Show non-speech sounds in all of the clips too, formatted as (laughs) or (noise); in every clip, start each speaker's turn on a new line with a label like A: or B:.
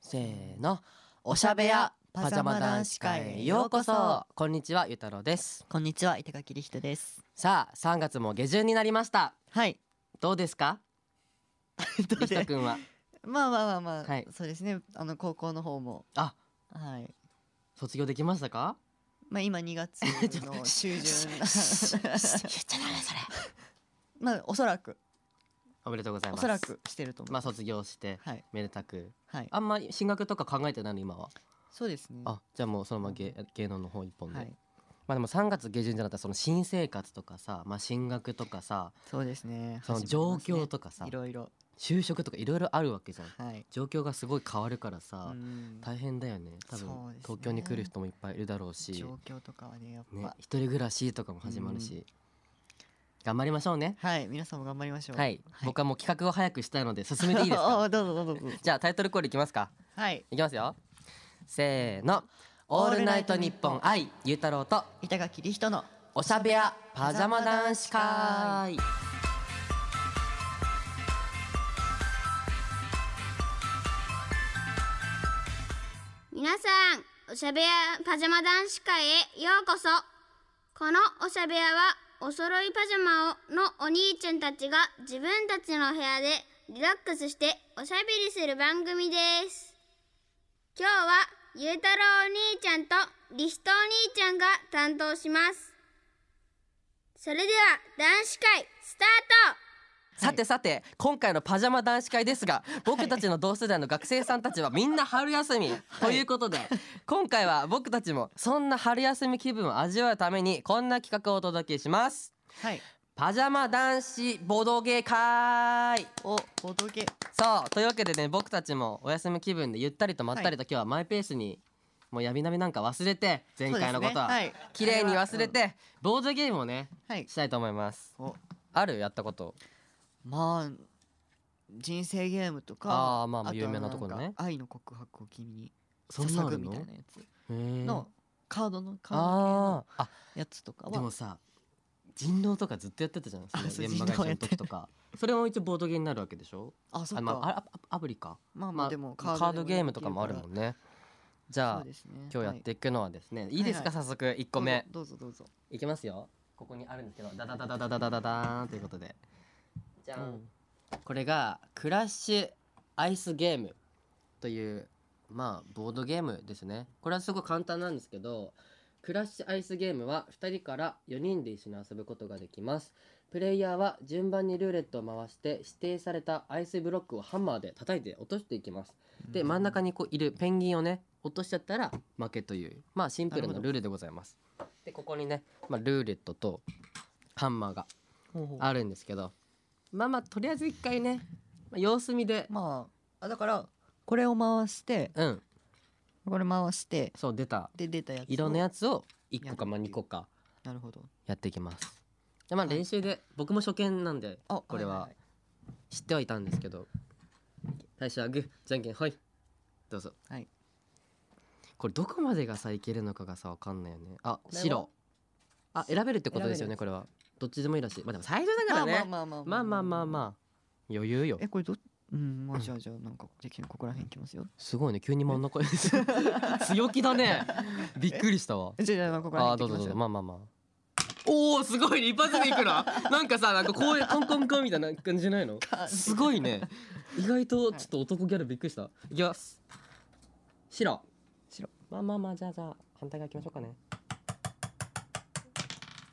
A: せーのおしゃべやパジャマ男子会へようこそこんにちはゆたろうです
B: こんにちは、板垣理人です。
A: さあ3月も下旬になりました
B: はい。
A: どうですか
B: (laughs) どう
A: りさ
B: で
A: くんは
B: まあまあまあまあ、
A: はい
B: そうですね。あの高校の方も、
A: あ
B: はい。
A: 卒業できましたか
B: まあ今2月
A: (laughs) ちょっと
B: の中旬
A: ゃダメそれ
B: (laughs) まあおそらく
A: おめでとうござい
B: お
A: ます
B: そらくしてると思う。
A: まあ卒業して
B: はい
A: めでたく
B: はい。
A: あんまり進学とか考えてないの今は
B: そうですね。
A: あじゃあもうそのまま芸芸能の方一本で、
B: はい。
A: まあでも3月下旬じゃなかったらその新生活とかさ、まあ、進学とかさ
B: そうですね。
A: その
B: 始まり
A: 状
B: ますね
A: 況とかさ、
B: いろいろ。
A: 就職とかいろいろあるわけじゃん
B: はい。
A: 状況がすごい変わるからさ、
B: うん
A: 大変だよね多分
B: そうですね
A: 東京に来る人もいっぱいいるだろうし、
B: 状況とかはねやっぱ、
A: ね、一人暮らしとかも始まるし、頑張りましょうね
B: はい皆さんも頑張りましょう。
A: はい、僕はもう企画を早くしたいので進めていいです (laughs)
B: (laughs) お
A: か
B: ーどうぞどうぞどうぞ。
A: じゃあタイトルコールいきますか
B: はい。
A: いきますよせーの「オールナイトニッポン愛ゆうたろうと
B: 板垣理人の
A: おしゃべやパジャマ男子会」
C: 皆さんおしゃべやパジャマ男子会へようこそこのおしゃべやはお揃いパジャマをのお兄ちゃんたちが自分たちの部屋でリラックスしておしゃべりする番組です今日はゆうたろうお兄ちゃんとりひとお兄ちゃんが担当しますそれでは男子会スタート
A: さてさて今回のパジャマ男子会ですが僕たちの同世代の学生さんたちはみんな春休みということで今回は僕たちもそんな春休み気分を味わうためにこんな企画をお届けします
B: はい。
A: パジャマ男子ボードゲー会
B: おボトゲ
A: そうというわけでね僕たちもお休み気分でゆったりとまったりと今日はマイペースにもうやみなみなんか忘れて前回のことは
B: そうですねはい
A: 綺麗に忘れてボードゲームをね
B: はい
A: し。たいと思います
B: お
A: あるやったこと
B: まあ人生ゲームとか
A: あーまあまあ
B: とは
A: 有名なところね
B: んか愛の告白を君に
A: そんな
B: 捧
A: のあ
B: ぐ
A: る
B: み
A: の
B: たいなやつ
A: へー
B: のカードのカード
A: あーあ
B: 系のやつとか
A: でも
B: は
A: さ人狼とかずっとやってたじゃんその
B: あそう
A: 現場
B: 人
A: 会
B: 狼
A: 社
B: や
A: の
B: って
A: 時とかそれも一応ボードゲームになるわけでしょ
B: あそ
A: あ
B: っ
A: まあ
B: か
A: あアプリか
B: まあ
A: ま
B: ま
A: あ
B: あ
A: カー
B: でも
A: ドゲームとかもあるも
B: ね
A: んねじゃ
B: そう
A: あ
B: ですね
A: 今日やっていくのはですねいいですか
B: はいは
A: 早速1個目
B: どうぞどうぞ
A: いきますよここにあるんですけどダダダダダダダダダーンということでじゃ
B: どうぞ
A: んこれがクラッシュアイスゲームというまあボードゲームですねこれはすごい簡単なんですけどクラッシュアイスゲームは2人から4人で一緒に遊ぶことができますプレイヤーは順番にルーレットを回して指定されたアイスブロックをハンマーで叩いて落としていきますで真ん中にこういるペンギンをね落としちゃったら負けというまあシンプルなルールでございますでここにね、まあ、ルーレットとハンマーが
B: ほうほう
A: あるんですけどまあまあとりあえず一回ね、まあ、様子見で
B: まああだからこれを回して
A: うん
B: これ回して
A: そう出た
B: で出たやつを
A: 色のやつを1
B: やる
A: 個か
B: っていう
A: まあ2個か
B: なるほど
A: やっていきますでまあ
B: はい
A: 練習で僕も初見なんで
B: あ
A: これはい
B: いい
A: 知ってはいたんですけど最初はグーじゃんけんほいどうぞ
B: はい
A: これどこまでがさいけるのかがさわかんないよねあ
B: これは
A: 白あ選べるってことですよね
B: 選べるやつ
A: これはどっちでもいいらしいまあでも最初だからね
B: まあまあまあ
A: まあまあまあ
B: あ
A: まあ余裕よ
B: えこれどうんまあじゃあじゃあなんかできるここら辺いきますよ
A: すごいね急に真ん (laughs) 中です強気だねびっくりしたわ
B: じゃあじゃあここら
A: あー
B: 辺
A: ど
B: いうき
A: ぞどうぞ
B: ますよ
A: まあまあまあおおすごいね一発でいくななんかさなんかこういうコンコンコンみたいな感じじゃないのすごいね意外とちょっと男ギャルびっくりしたいきます白
B: 白
A: まあまあまあじゃあじゃあ反対側行きましょうかね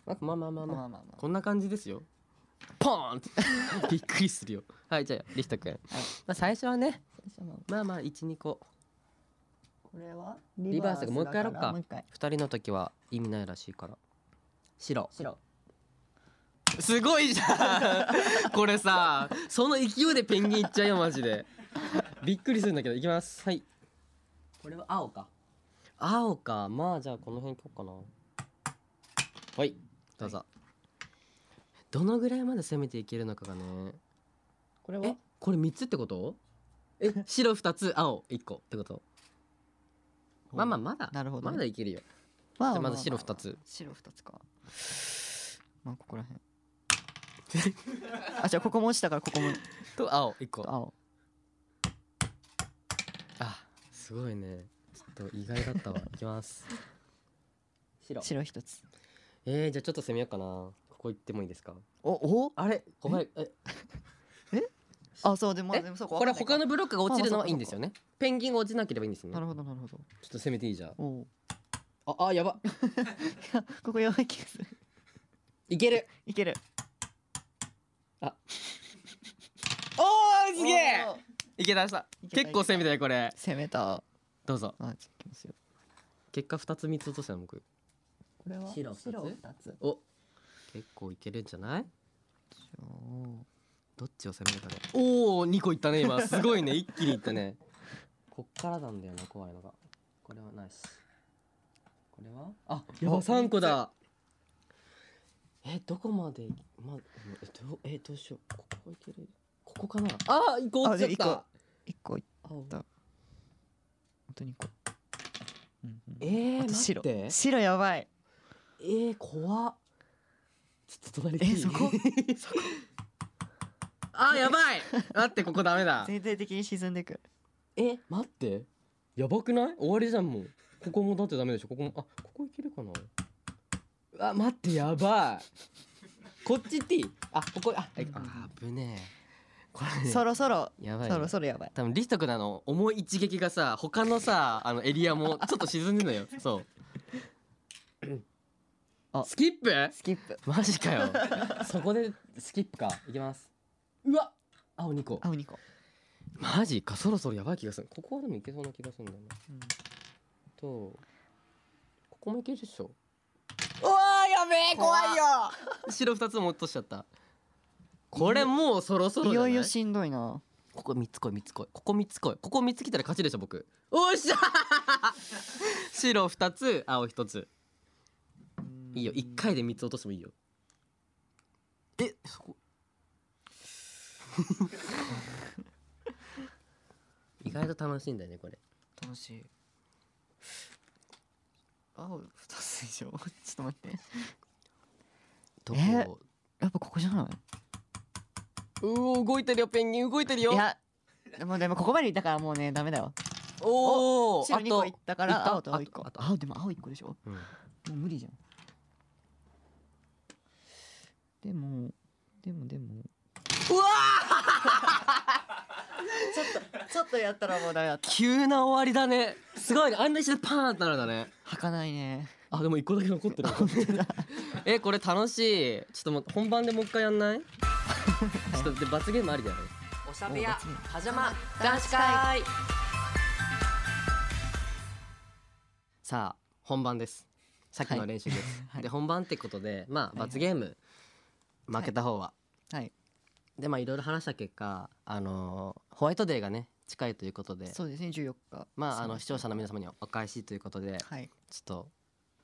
A: なんかまあまあまあまあ、
B: まあまあまあ
A: こんな感じですよポーンって (laughs) びっくりするよはいじゃあリヒト君、まあ、最初はねまあまあ12個
B: これは
A: リバースがもう一回やろうか
B: もう一回
A: 2人の時は意味ないらしいから白
B: 白
A: すごいじゃん (laughs) これさその勢いでペンギンいっちゃうよマジでびっくりするんだけどいきますはいこれは青か青かまあじゃあこの辺いこうかなはいどうぞ、どのぐらいまで攻めていけるのかがね
B: これ
A: えこれ3つってことえ白2つ青1個ってことまあまあまだ
B: なるほどね
A: まだいけるよ
B: ま
A: じゃあまず白二つ
B: 白二つかまあこ
A: (laughs)
B: こら辺あじゃあここも落ちたからここも
A: と青1個
B: 青
A: あすごいねちょっと意外だった (laughs) わいきます白
B: 白一つ
A: (laughs) えー、じゃあちょっと攻めようかなここ行ってもいいですか
B: おお
A: あれ小林え
B: あそうでもまあ
A: え
B: でもそうか
A: これ他
B: の
A: のブロックが落ちるのはいいんですよねペンギンが落ちなければいいんですよね
B: なるほどなるほ
A: ち
B: ど
A: ょっと攻めていいじゃん
B: おお
A: ああやば
B: いやここ弱い気がする
A: いける
B: いける
A: おーすげえ
B: おー
A: いけ出した
B: いけた
A: 結構攻めたよこれ
B: 攻めた
A: どうぞ
B: あちょっといきますよ
A: 結果二つ三つ落としたの僕
B: これは
A: 白二つ
B: 二つ
A: お結構いけるんじゃない
B: お
A: どっちを攻めるかねおお2個いったね今すご (laughs) いね一気にいったねこっからなんだよな怖いのがこれはないしこれはあやば
B: お
A: 3個だえどこまでまえどうえどうしようここいけるここかなあ一個落ちちゃった
B: あ一個本
A: 青
B: だ当に一個うんうん
A: えー、
B: あと
A: 待っ
B: 白
A: て
B: 白やばい
A: えー、怖っちょっと隣でいい
B: えそ
A: (laughs)
B: こ
A: そこあやばい待ってここダメ (laughs) だ
B: 全体的に沈んで (laughs) くる
A: え待ってやばくない終わりじゃんもうここもだってダメでしょここもあここいけるかなあ待ってやば
B: (laughs)
A: いこっち行っていいあここあえあ危ねえこれね
B: そろそろ
A: やばいね
B: そろそろやばい
A: 多分リスト君のあの重い一撃がさ他のさあのエリア
B: (laughs)
A: もちょっと沈んでんのよそう
B: あ
A: スキッ
B: (laughs)
A: プ
B: スキップ
A: マジか
B: (laughs)
A: よそこでスキップかいきますうわ青2個
B: 青二個
A: マジかそろそろやばい気がするここはでもいけそうな気がするんだよね
B: うん
A: とここもいけるでしょうわーやべえ怖いよ白2つも落としちゃったこれもうそろそろ
B: い
A: じゃな
B: よ
A: い
B: いよしんどいな
A: ここ3つ来い3つ来いここ3つ来いここ3つ来たら勝ちでしょ僕おっしゃー白2つ青1ついいよ1回で3つ落としてもいいよえそこ (laughs) 意外と楽しいんだよねこれ
B: 楽しい青二つ以上 (laughs) ちょっと待って
A: ど
B: え
A: こ
B: やっぱここじゃな
A: うお動いてるよペンギン動いてる
B: い
A: よ
B: いやでもでもここまでいったからもうねダメだよ
A: おお
B: 白二個いったか
A: いっ
B: ら
A: た
B: 青と青一個
A: あとあと
B: 青でも青一個でしょも
A: うん
B: う無理じゃんでもでもでも
A: うわ (laughs)
B: ちょっとちょっとやったらもうダメだった
A: 急な終わりだねすごいねあんな一瞬でパーンってなるんだね
B: はかないね
A: あでも一個だけ残ってるえこれ楽しいちょっともう本番でもう一回やんないちょっとで罰ゲームありだよねおしゃ
B: べや
A: パジャマ男子会さあ本番ですさっきの練習です、
B: (laughs) はいはい
A: で本番ってことでま
B: は
A: あ
B: い
A: 罰ゲーム、
B: はい
A: 負けた方は、
B: はい
A: でまあいろいろ話した結果あのーホワイトデーがね近いということで
B: そうですね14日
A: まああの視聴
B: 者
A: 者の皆様にはお返しということで、
B: はい
A: ちょっと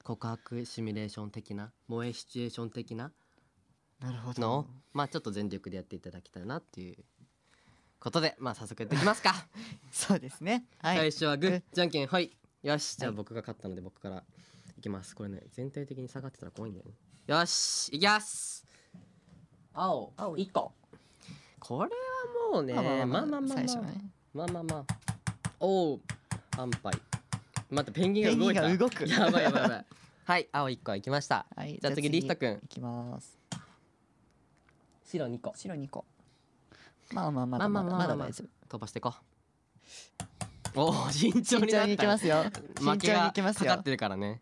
A: 告白シミュレーション的な萌えシチュエーション的な
B: なるほ
A: の
B: ど
A: をまあちょっと全力でやっていただきたいなっていうこと
B: (laughs)
A: でまあ早速やっていきますか、
B: そうですねはい
A: 最初はグー
B: え
A: じゃんけんはいよしじゃあ
B: はい
A: 僕が勝ったので僕からいきますこれね全体的に下がってたら怖いんだよねよしいきます青
B: 青
A: 1個これはもうねまあまあまあまあまあ
B: 最初はね
A: まあまあまあおお安牌待ってペンギンが
B: ペンギ
A: 動
B: ン
A: いた
B: が動く
A: やばいやばいやばいはい青1個いきました
B: (laughs) はい
A: じゃあ次リヒタ
B: ん
A: 君
B: いきます
A: 白2個
B: 白2個まあまあ
A: ま
B: ま
A: あ
B: だ
A: ま
B: ま
A: あ
B: だ
A: まあまあ
B: まだ大丈夫
A: 飛ばしていこうおお慎重
B: 慎
A: になっ
B: 重
A: た
B: にいきますよ
A: 負
B: 慎
A: け
B: 重に
A: が
B: いきま
A: か
B: す
A: か
B: よ
A: ってるからね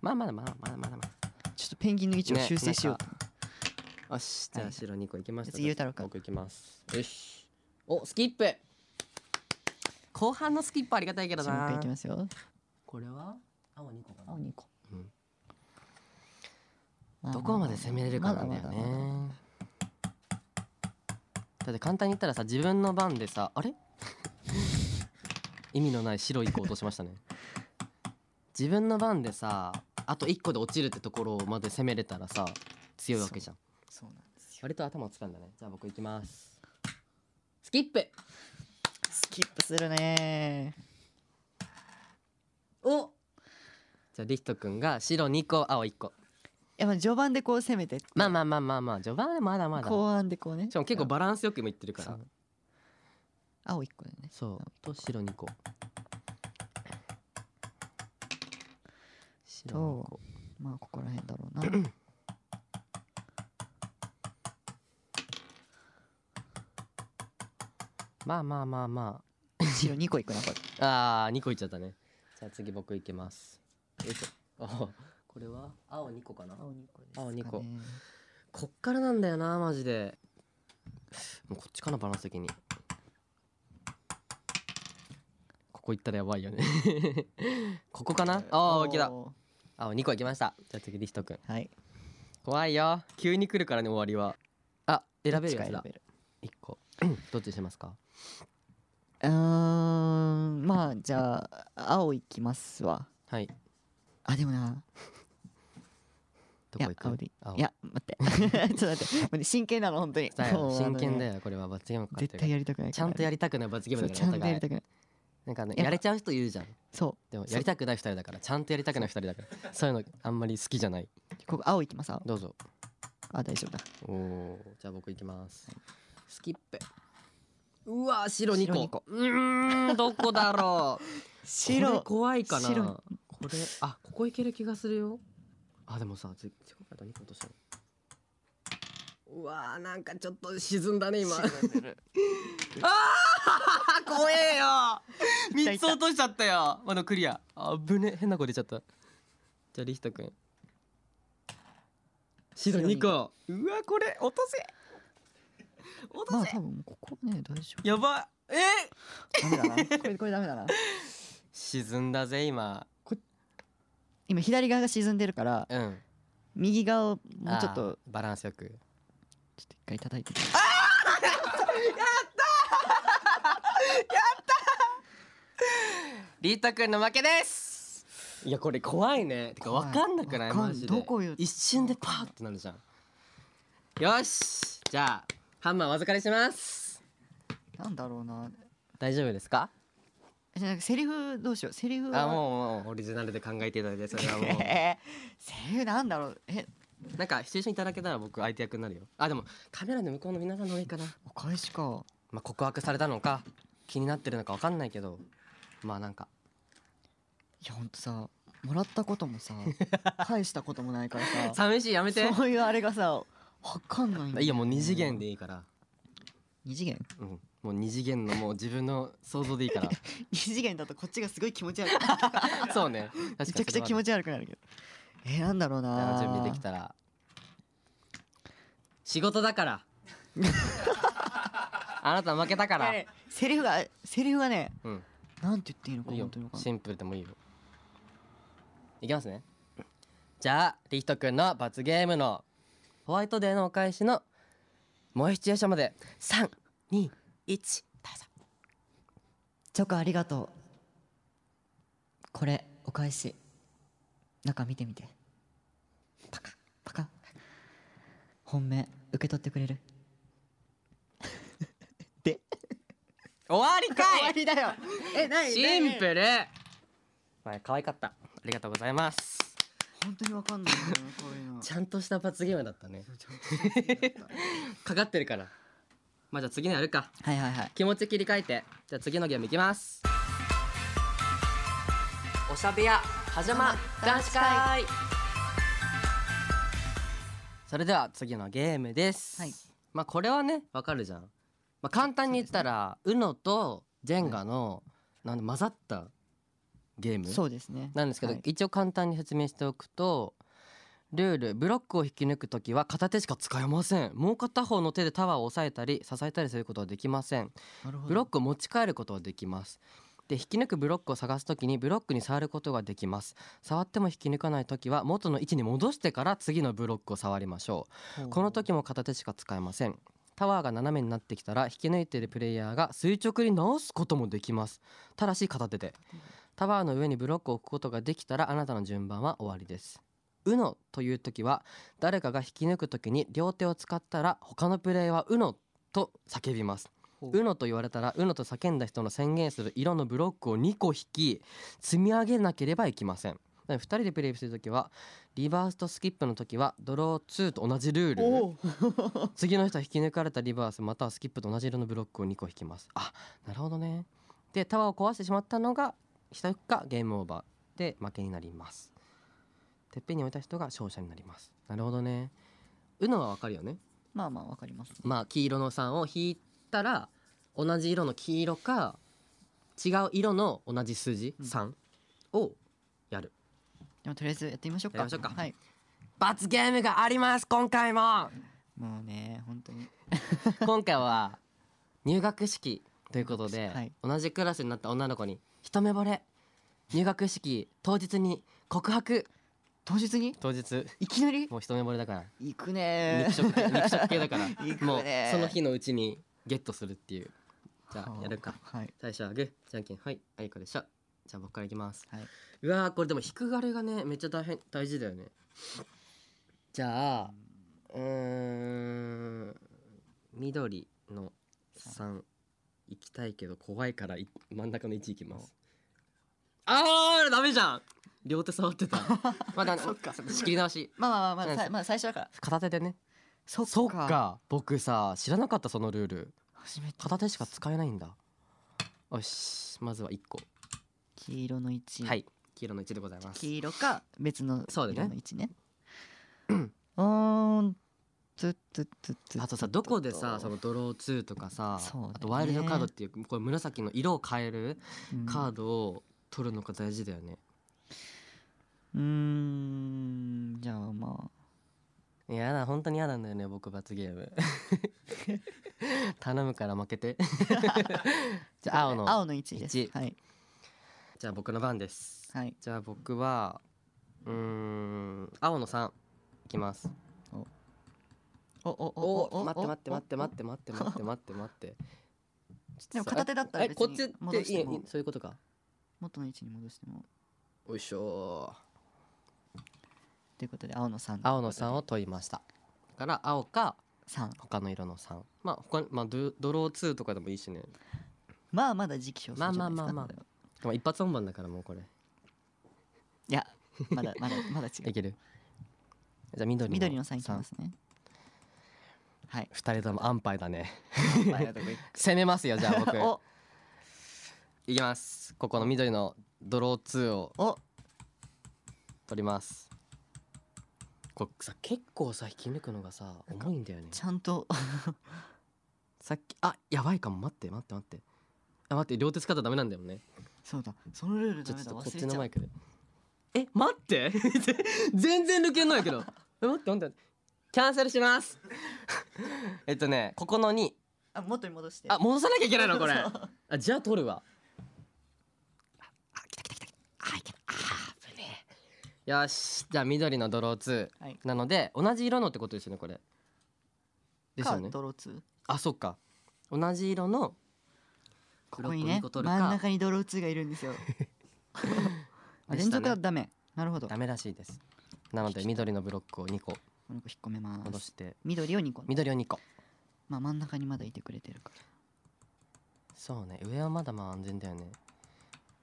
A: まあまだまだまだまだまだ
B: ちょっとペンギンの位置を
A: ね
B: 修正しよう、
A: なんよしじゃ
B: は
A: あ
B: い
A: 白2個いきました
B: 次ゆうたろう君
A: 僕いきますよしおスキップ後半のスキップありがたいけど
B: じゃあもう一回い
A: な
B: きますよ
A: これは青2個か
B: 青2個、
A: うん
B: まあ
A: どこまで攻めれるかなんだよ
B: ま
A: ね
B: まだまだ
A: だって簡単に言ったらさ自分の番でさあれ (laughs) 意味のない白1個落としましたね自分の番でさあと1個で落ちるってところまで攻めれたらさ強いわけじゃん
B: そうなんですよ
A: 割と頭を使うんだねじゃあ僕いきますスキップ
B: スキップするね
A: おじゃあリヒト君が白2個青1個
B: やっぱ序盤でこう攻めてって
A: まあまあまあまあまあ序盤はまだまだ
B: 後半でこうね
A: しかも結構バランスよく今いってるか
B: そ
A: ら
B: う青1個でね
A: そうと白2個知らん子
B: まあここら辺だろうな
A: まあまあまあま
B: 後ろ2個いくなこれ
A: あああ2個いっちゃったねじゃあ次僕いきますよいしょあこれは青2個かな
B: 2個です
A: かね青二個こっからなんだよなマジでもうこっちかなバランス的にここ行ったらやばいよね (laughs) ここかなああいけたあ2個いきましたじゃあ次リヒト君
B: はい
A: 怖いよ急に来るからね終わりはあ選べるやつ
B: どっちか
A: だ
B: 選べる
A: 1個 (coughs) どっちにしますか
B: うーんまあじゃあ青いきますわ
A: はい
B: あでもな
A: どこ
B: いや
A: 行く
B: 青でいい
A: 青
B: いや待って (laughs) ちょっと待って待って真剣なの本当に
A: だよ
B: もうあの
A: 真
B: ね
A: 剣だよこれは罰ゲームかかってる
B: 絶対やりたくない
A: ちゃんとや
B: り
A: りたくない罰ゲームだか
B: ち
A: ら
B: ゃ
A: お
B: んとや
A: 互い
B: りたくない
A: なんかね
B: やっぱ
A: やれちゃう人いるじゃん
B: そ
A: でもやりたくない2人だからちゃんとやりたくない2人だ
B: (laughs)
A: からそういうのあんまり好きじゃないう
B: ここ青いきます青
A: どうぞ
B: あ大丈夫だ
A: おーじゃあ僕いきますスキップうわ白2個
B: 白二個
A: うーんどこだ
B: (laughs)
A: ろうこれ
B: 白
A: 怖いかな
B: 白
A: これあここいける気がするよあでもさぜせっかくだ2個落としたのうわーなんかちょっと沈んだね今あー怖えよ (laughs)
B: いた
A: 3つ落としちゃったよまだクリアあぶね変な子出ちゃったじゃあリヒト君白
B: 白二
A: 2個うわこれ落とせ落
B: ま
A: と
B: あ
A: せ、
B: 多分ここね大丈
A: やばいえ
B: 夫ダメだなこれこれダメだな
A: 沈んだぜ今
B: 今左側が沈んでるから
A: うんも
B: 右側をもうちょっと
A: バランスよく
B: ちょっと一回叩いて
A: リートくんの負けですいやこれ怖いねてか
B: 怖い
A: 分かんなくない
B: わかん
A: マジで
B: どこよ
A: 一瞬でパーってなるじゃんよしじゃあハンマーお預かりします
B: なんだろうな
A: 大丈夫ですか
B: えじゃあなんかセリフどうしようセリフは
A: あもうもうオリジナルで考えていただい
B: (laughs)
A: てそれはもう
B: えーセリフなんだろうえ
A: (laughs) なんかシチュエーションいただけたら僕相手役になるよあでもカメラの向こうの皆さんの方がいいかな
B: お返しか
A: まあ告白されたのか気になってるのか分かんないけどまあなんか
B: いやほんとさもらったこともさ
A: (laughs)
B: 返したこともないからさ
A: 寂しいやめて
B: そういうあれがさわかんないんだよね
A: いやもう二次元でいいから
B: 二次元
A: うんもう二次元のもう自分の想像でいいから
B: 二次元だとこっちがすごい気持ち悪い
A: (laughs) そうね
B: (laughs) めちゃくちゃ気
A: ち
B: 持ち悪くなるけどえー、なんだろう
A: じゃ
B: な
A: あ準備できたら仕事だから
B: (laughs)
A: あなた負けたから、
B: いやねセリフがセリフがね
A: うん
B: なんて言っていいのか
A: いいよ
B: 本当にわかんな
A: シンプルでもいいよいきますねじゃあリヒト君の罰ゲームのホワイトデーのお返しのもうシチュエーションまで321どうぞ
B: チョコありがとうこれお返し中見てみてパカパカ本命受け取ってくれる
A: 終わりかい
B: りだよえな
A: シンプルまあ可愛かったありがとうございます
B: 本当にわかんないんだよなこういうの
A: ちゃんとした罰ゲームだった (laughs) ねかかってるからまあじゃあ次のやるか
B: はいはいはい
A: 気持ち切り替えてじゃあ次のゲームいきますおしゃべやはじゃま男子会それでは次のゲームです、
B: はい
A: まあこれはねわかるじゃん、まあ、簡単に言ったら、UNO とジェンガの、なんで混ざったゲーム
B: そうですね
A: なんですけど、
B: はい
A: 一応簡単に説明しておくとルールブロックを引き抜くときは片手しか使えませんもう片方の手でタワーを押さえたり支えたりすることはできません
B: なるほど
A: ブロックを持ち帰ることはできますで引き抜くブロックを探すときにブロックに触ることができます触っても引き抜かないときは元の位置に戻してから次のブロックを触りましょう
B: ほう
A: この時も片手しか使えませんタワーが斜めになってきたら引き抜いているプレイヤーが垂直に直すこともできますただし片手でタワーの上にブロックを置くことができたらあなたの順番は終わりです「UNO」という時は誰かが引き抜く時に両手を使ったら他のプレイヤーは「UNO」と叫びます
B: ほう
A: UNO と言われたら UNO と叫んだ人の宣言する色のブロックを2個引き積み上げなければいけません2人でプレイする時はリバースとスキップの時はドロー2と同じルール
B: おう
A: 次の人は引き抜かれたリバースまたはスキップと同じ色のブロックを2個引きますあなるほどねでタワーを壊してしまったのが人がゲームオーバーで負けになりますてっぺんに置いた人が勝者になりますなるほどねうのはわかるよね
B: まあまあわかりますね
A: まあ黄色の3を引いたら同じ色の黄色か違う色の同じ数字
B: うん
A: 3をやる、
B: でもとりあえずやってみましょうか
A: やりましょうか
B: はい
A: 罰ゲームがあります今回も
B: もうね本当に (laughs)
A: 今回は入学式ということで、
B: はい
A: 同じクラスになった女の子に一目惚れ入学式当日に告白
B: 当日に
A: 当日
B: いきなり
A: もう一目惚れだから
B: 行くね
A: 肉食系肉食系だから
B: (laughs) 行くね
A: もうその日のうちにゲットするっていうじゃ
B: は
A: あ
B: あ
A: やるか
B: はい
A: 最初はグーじゃんけんはいはいこれでしょじゃあ僕からいきます、
B: はいう
A: わーこれでも引くがれがねめっちゃ大変大事だよねじゃあうーん緑の3行きたいけど怖いからい真ん中の1行きますあーダメじゃん両手触 (laughs) ってたまだ、ね、仕切り直し
B: まあまあまあ
A: う
B: まあ
A: ん
B: さまあ最初だから
A: 片手でね
B: そっ
A: そっか僕さ知らなかったそのルール
B: 初めて
A: 片手しか使えないんだよしまずは1個
B: 黄色の位置
A: はい黄色の1でございます
B: 黄色か別の
A: そう
B: 色
A: だね
B: の
A: (clears throat)
B: 位置ねうーんつっつっつっつ
A: あとさどこでさそのドロー2とかさ、
B: そうだね
A: あとワイルドカードっていうこれ紫の色を変えるカー
B: ド
A: ドを取るのが大事だよね、
B: うーんじゃあま
A: いやだ本当に嫌なんだよね僕罰ゲー (laughs) ム頼むから負け (laughs) てじゃあ
B: あ
A: 青の
B: 青の位置です
A: 位置
B: はい
A: じゃあ僕の番です
B: はい
A: じゃあ僕はうーん青の3いきます
B: おお
A: お
B: おお
A: 待って待って待って待
B: っ
A: って待って待って待って待って
B: でも片手だったら
A: え
B: 別
A: こっち
B: に戻
A: っ
B: して
A: いい
B: ても
A: そういうことか
B: 元の位置に戻しても
A: おいしょ
B: ということで青の3
A: 青の3を問いましただから青か
B: 3
A: 他の色の3まあ他にまあドドロー2とかでもいいしね
B: まあまだ時期表
A: まあ
B: 彰じ
A: ま
B: ゃ
A: あ
B: ないです
A: まあまあ
B: かこれは
A: まあ一発本番だからもうこれ
B: いやまだ
A: (laughs)
B: まだまだ違
A: いうけるじゃあ緑の
B: 緑の3いきますね
A: (laughs)
B: はい
A: 2人とも安牌だね (laughs)
B: ありがとうございます
A: 攻めますよじゃあ僕
B: (laughs) お
A: いきますここの緑のドロー2を
B: お
A: 取りますこれさ結構さ引き抜くのがさ重いんだよね
B: ちゃんと (laughs)
A: さっきあやばいかも待って待って待ってあ待って両手使ったらダメなんだよね
B: そうだそのルール
A: じゃあ
B: ダメ
A: ちょ
B: だ
A: っとこっ
B: 忘
A: ち
B: れ
A: の
B: ちゃ
A: マ
B: う
A: イクでえ待って (laughs) 全然抜けんないけど (laughs) え待って待ってキャンセルします (laughs) えっとねここの2
B: あ元に戻して
A: あ戻さなきゃいけないのこれ
B: (laughs) そう
A: あじゃあ取るわあ来た来た来たあいけたあー危ねえよしじゃあ緑のドロー2
B: はい
A: なので同じ色のってことですよねこれですよ
B: か
A: ね
B: ドローツ
A: あそっか同じ色の
B: こ
A: 黒
B: こ
A: っ
B: に
A: ぽい
B: ね
A: 子
B: 真
A: 取る
B: ん
A: か
B: 中にドローツがいる
A: (laughs)
B: んですよあ
A: で
B: 連
A: した
B: 続
A: ね
B: はダメなるほど
A: ダメらしいですなので緑のブロックを2個
B: この子引っ込めま
A: 戻
B: す
A: して
B: 緑を2個
A: 緑を2個
B: まあ真ん中にまだいてくれてるから
A: そうね上はまだまあ安全だよね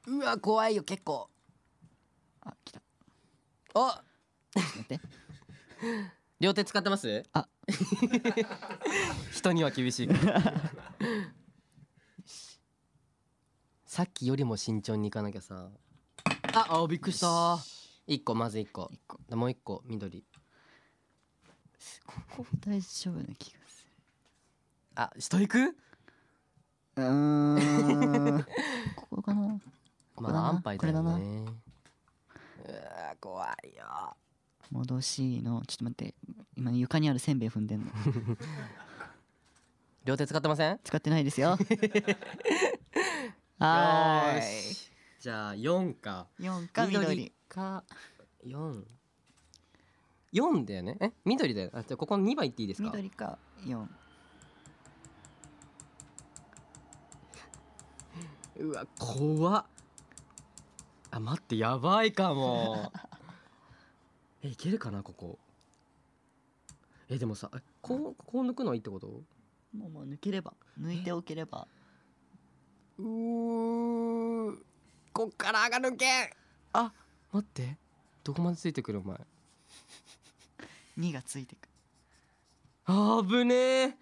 A: うわ怖いよ結構
B: あ来たち
A: あ
B: ょっ
A: (laughs)
B: と待って
A: 両手使ってます
B: あ
A: 人には厳しいから (laughs) さっきよりも慎重にいかなきゃさああびっくりした1個まず1個
B: 1個
A: もう1個緑
B: ここ大丈夫な気がす
A: あ下行く
B: るうーん (laughs) ここかなここ
A: ま
B: だな
A: あ安牌だよ
B: これ
A: ねうわ怖いよ
B: 戻しのちょっと待って今床にあるせんべい踏んでんの
A: 両手使ってません
B: 使ってないです
A: (laughs)
B: よは
A: よ
B: ーい
A: しじゃあ4か
B: 4か緑
A: か44四だよねえ緑だよあじゃあここの2番いっていいですか
B: 緑か4
A: うわ怖っあ待ってやばいかも (laughs) えいけるかなここえでもさえこうこう抜くのはいいってこと
B: もうもう抜ければ抜いておければ
A: うーこっから上がるけんあ待ってどこまでついてくるお前
B: 2がついてく
A: あぶねえ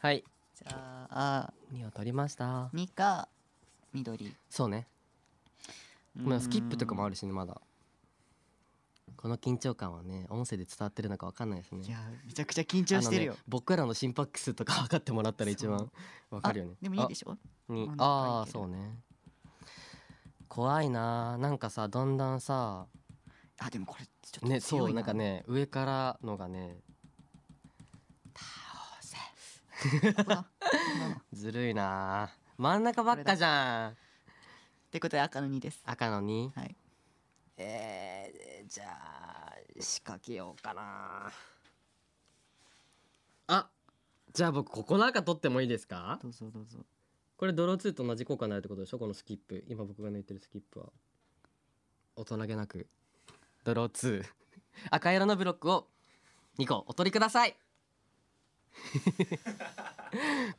A: はい
B: じゃあ
A: 2を取りました
B: 2か緑
A: そうねまあスキップとかもあ
B: る
A: るしねまだこの緊張感はね音声で伝わってるのかわかんないですね
B: いやめちゃくちゃ緊張してるよ、
A: あのね僕らの心拍数とか測ってもらったら一
B: そ
A: 番わかるよね
B: あでもいいでしょ
A: ょに
B: 真ん中
A: ああ
B: いける
A: そうね怖いななんかさだんだんさ
B: あでもこれちょっと強いな
A: ねそうなんかね上からのがね倒せ
B: ここだここだなっ
A: ずるいな真ん中ばっかじゃん
B: てことで赤の2です
A: 赤のに
B: はい
A: えー、じゃあ仕掛けようかなあじゃあ僕ここの赤取ってもいいですか
B: どうぞどうぞ
A: これドロー2と同じ効果になるってことでしょこのスキップ今僕が抜いてるスキップは大人げなくドロー2 (laughs) 赤色のブロックを2個お取りください (laughs)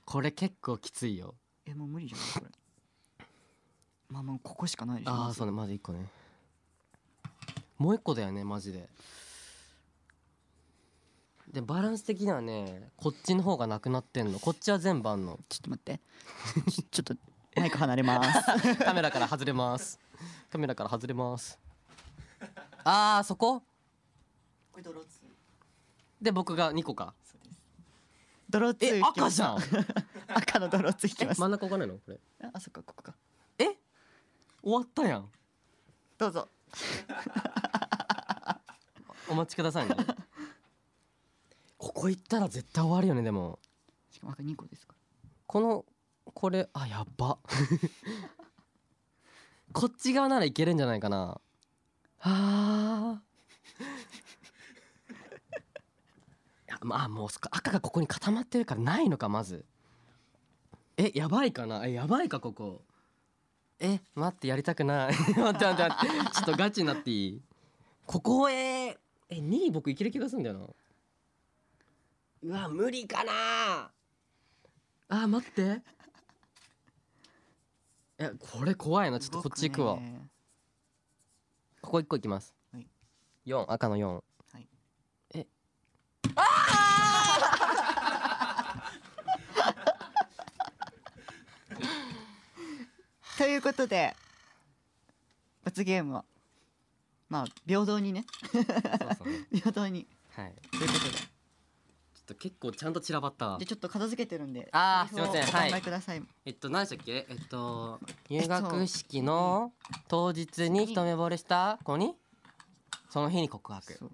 A: これ結構きついよ
B: えもう無理じゃないこれまあまあここしかないでしょ
A: あ
B: ま
A: あ
B: ず
A: そうねまず1個ねもう1個だよねマジででバランス的にはねこっちの方がなくなってんのこっちは全部あんの
B: ちょっと待ってちょちょっとマイク離れます
A: (laughs) カメラから外れますカメラから外れますあーそこ
B: これドローツ
A: で僕が2個か
B: ドローツ
A: え赤じ
B: ゃ
A: ゃん
B: ん赤のドローツ引
A: (laughs)
B: きます
A: 真ん中置かないのこれ
B: ああそっかここか
A: え終わったやん
B: どうぞ
A: お待ちくださいねここ行ったら絶対終わるよねでも
B: しかも赤2個ですから
A: このこれあやば (laughs) こっち側ならいけるんじゃないかな (laughs) あーいやまあもうそっか赤がここに固まってるからないのかまずえやばいかなえやばいかここえ待ってやりたくない (laughs) 待って待って待ってちょっとガチになっていいここへえ2位僕いける気がするんだよなうわ無理かなあー待ってえこれ怖いなちょっとこっち行くわ
B: 動ね
A: ここ一個いきます
B: はい。
A: 四、赤の四。
B: はい
A: え。
B: ということで罰ゲームはまあ平等にね (laughs)
A: そうそうね。
B: 平等に
A: はい。ちょ
B: ということでじ
A: っと結構ちゃんと散らばったわ
B: ゃあ。ちょっと片付けてるんで
A: あー
B: セリフを
A: すいませんはい
B: お考えください
A: えっと何でしたっけ？えっと
B: っと
A: 入学式の当日に一目惚れした子にその日に告白
B: そ。う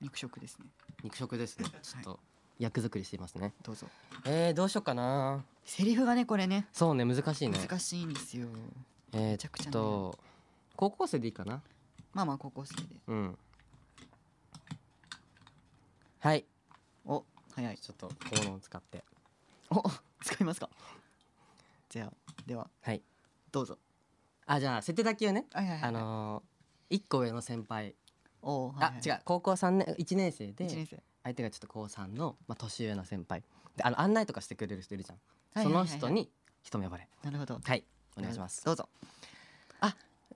B: 肉食ですね
A: 肉食ですね。ちょっと役作りしていますね。
B: どうぞ
A: えー、どうしようかな。
B: セリフがねこれね
A: そうね難しいね。
B: 難しいんですよ
A: えー、
B: めち
A: ち
B: ゃくち
A: ょ
B: ゃ
A: っ
B: ね
A: と高校生でいいかな。
B: まあまあ高校生で
A: うん。はい。
B: お早い
A: ちょっと口論を使って。
B: お使いますかじゃあでは
A: はい。
B: どうぞ
A: あじゃあ設定だけをね、
B: はいはいはい
A: あのー、1個上の先輩、
B: おーはいはい
A: あ違う高校3年1年生
B: 一
A: で
B: 年生
A: 相手がちょっと高3の、まあ、年上の先輩であの案内とかしてくれる人いるじゃん、
B: はいはいはいはい
A: その人に一目惚れ
B: なるほど
A: はいお願いします
B: どうぞ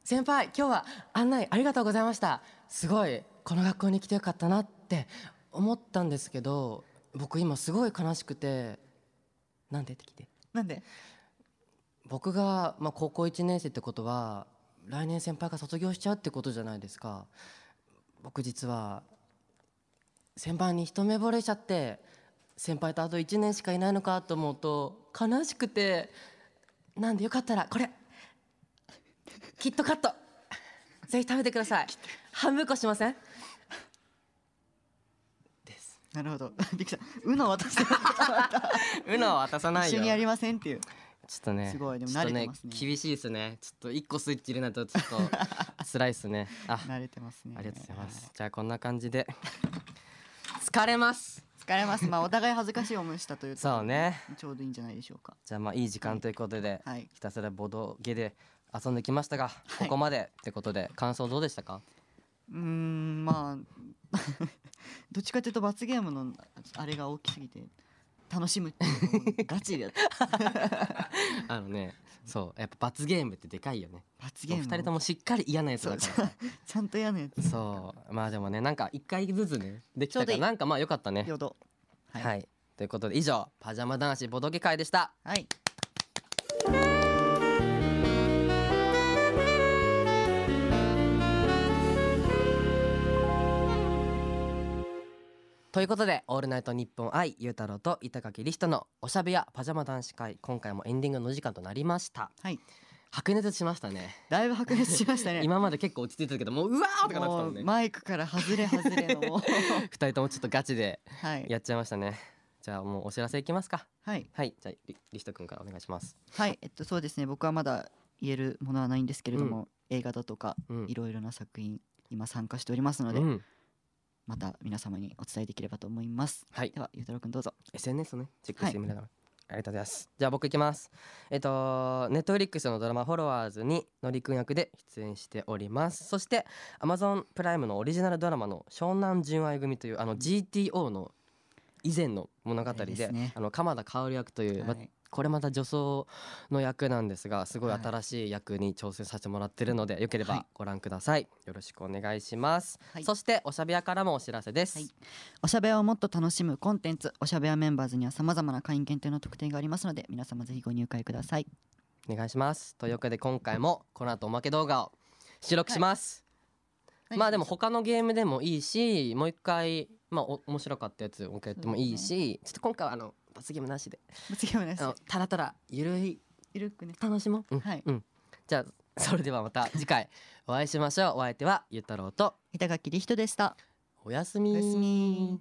A: 先輩今日は案内ありがとうございましたすごいこの学校に来てよかったなって思ったんですけど僕今すごい悲しくてなんでって聞いて
B: なんで
A: 僕が、まあ、高校1年生ってことは来年先輩が卒業しちゃうってことじゃないですか僕実は先輩に一目惚れしちゃって先輩とあと1年しかいないのかと思うと悲しくてなんでよかったらこれキットカットぜひ食べてください半分こしませんです
B: なるほど (laughs) びっくりしたうの渡して
A: (laughs) うのは渡さない
B: 一緒
A: よ
B: にやりませんっていう
A: ちょっとね、
B: すごいでも
A: ちょっと
B: 慣れてますね
A: 厳しいですね。ちょっと一個スイッチ入れないとちょっと
B: (laughs)
A: 辛いですね。あ、
B: 慣れてますね
A: ありがとうございます。じゃあこんな感じで疲れます。
B: 疲れますまあお互い恥ずかしい思いしたというところ
A: そうね。
B: ちょうどいいんじゃないでしょうか
A: じゃあまあいい時間ということで、
B: はい
A: ひたすらボドゲで遊んできましたが、ここまでってことで感想どうでしたか？
B: うーんまあ (laughs) どっちかというと罰ゲームのあれが大きすぎて楽しむっていうのがガ
A: (laughs)
B: チでやった
A: あのね、そうやっぱ罰ゲームってでかいよね。
B: 罰ゲー
A: 二
B: ム
A: 人ともしっかり嫌なやつだから。
B: ちゃんと嫌なやつ
A: そうまあでもねなんか一回ずつねできた
B: ちょう
A: か
B: どい
A: ら
B: い
A: なんかまあ良かったね。
B: よど
A: は、
B: はいい
A: ということで以上パジャマ男子ボドゲ会でした。
B: はい
A: ということで「オールナイトニッポン愛ゆうたろうと板垣リストのおしゃべやパジャマ男子会」今回もエンディングのお時間となりました
B: はい
A: 白熱しましたね
B: だいぶ白熱しましたね
A: 今まで結構落ち着いてたけどもううわーとかなってた
B: も
A: も
B: うん
A: ね
B: マイクから外れ外れの
A: (laughs)
B: もう
A: 2人ともちょっとガチで
B: はい
A: やっちゃいましたねじゃあもうお知らせいきますか
B: はい
A: はいじゃあリリスト君からお願いします
B: はいえっとそうですね僕はまだ言えるものはないんですけれども、映画だとか
A: うん
B: いろいろな作品今参加しておりますので、
A: うん
B: また皆様にお伝えできればと思います
A: はい
B: ではゆうたろうくんどうぞ
A: SNS をねチェック
B: はい
A: してみながら、ありがとうございますじゃあ僕いきますえっとネットフリックスのドラマ「フォロワーズ」にのりくん役で出演しておりますそして Amazon プライムのオリジナルドラマの「湘南純愛組」というあの GTO の以前の物語で
B: あれですね
A: あの鎌田薫役という、ま
B: はい
A: これまた女装の役なんですがすごい
B: はい
A: 新しい役に挑戦させてもらってるので、よけれ
B: はい
A: ばご覧くださいよろしくお願いします、
B: はい
A: そしておしゃべやからもお知らせです、
B: はいおしゃべりをもっと楽しむコンテンツおしゃべりメンバーズにはさまざまな会員限定の特典がありますので皆様ぜひご入会ください
A: お願いしますというわけで今回もこの後おまけ動画を収録します、まあでも他のゲームでもいいしもう一回まあお面白かったやつもう一回やってもいいし、ちょっと今回はあの罰ゲームなしで
B: 次お願いし
A: あ
B: ま
A: の
B: す
A: たらたらゆるい
B: ゆるくね
A: 楽しもう、うん
B: はい
A: うん、じゃあそれではまた次回お会いしましょうお相手はゆったろうと
B: 板垣理人でした
A: おやすみ
B: おやすみ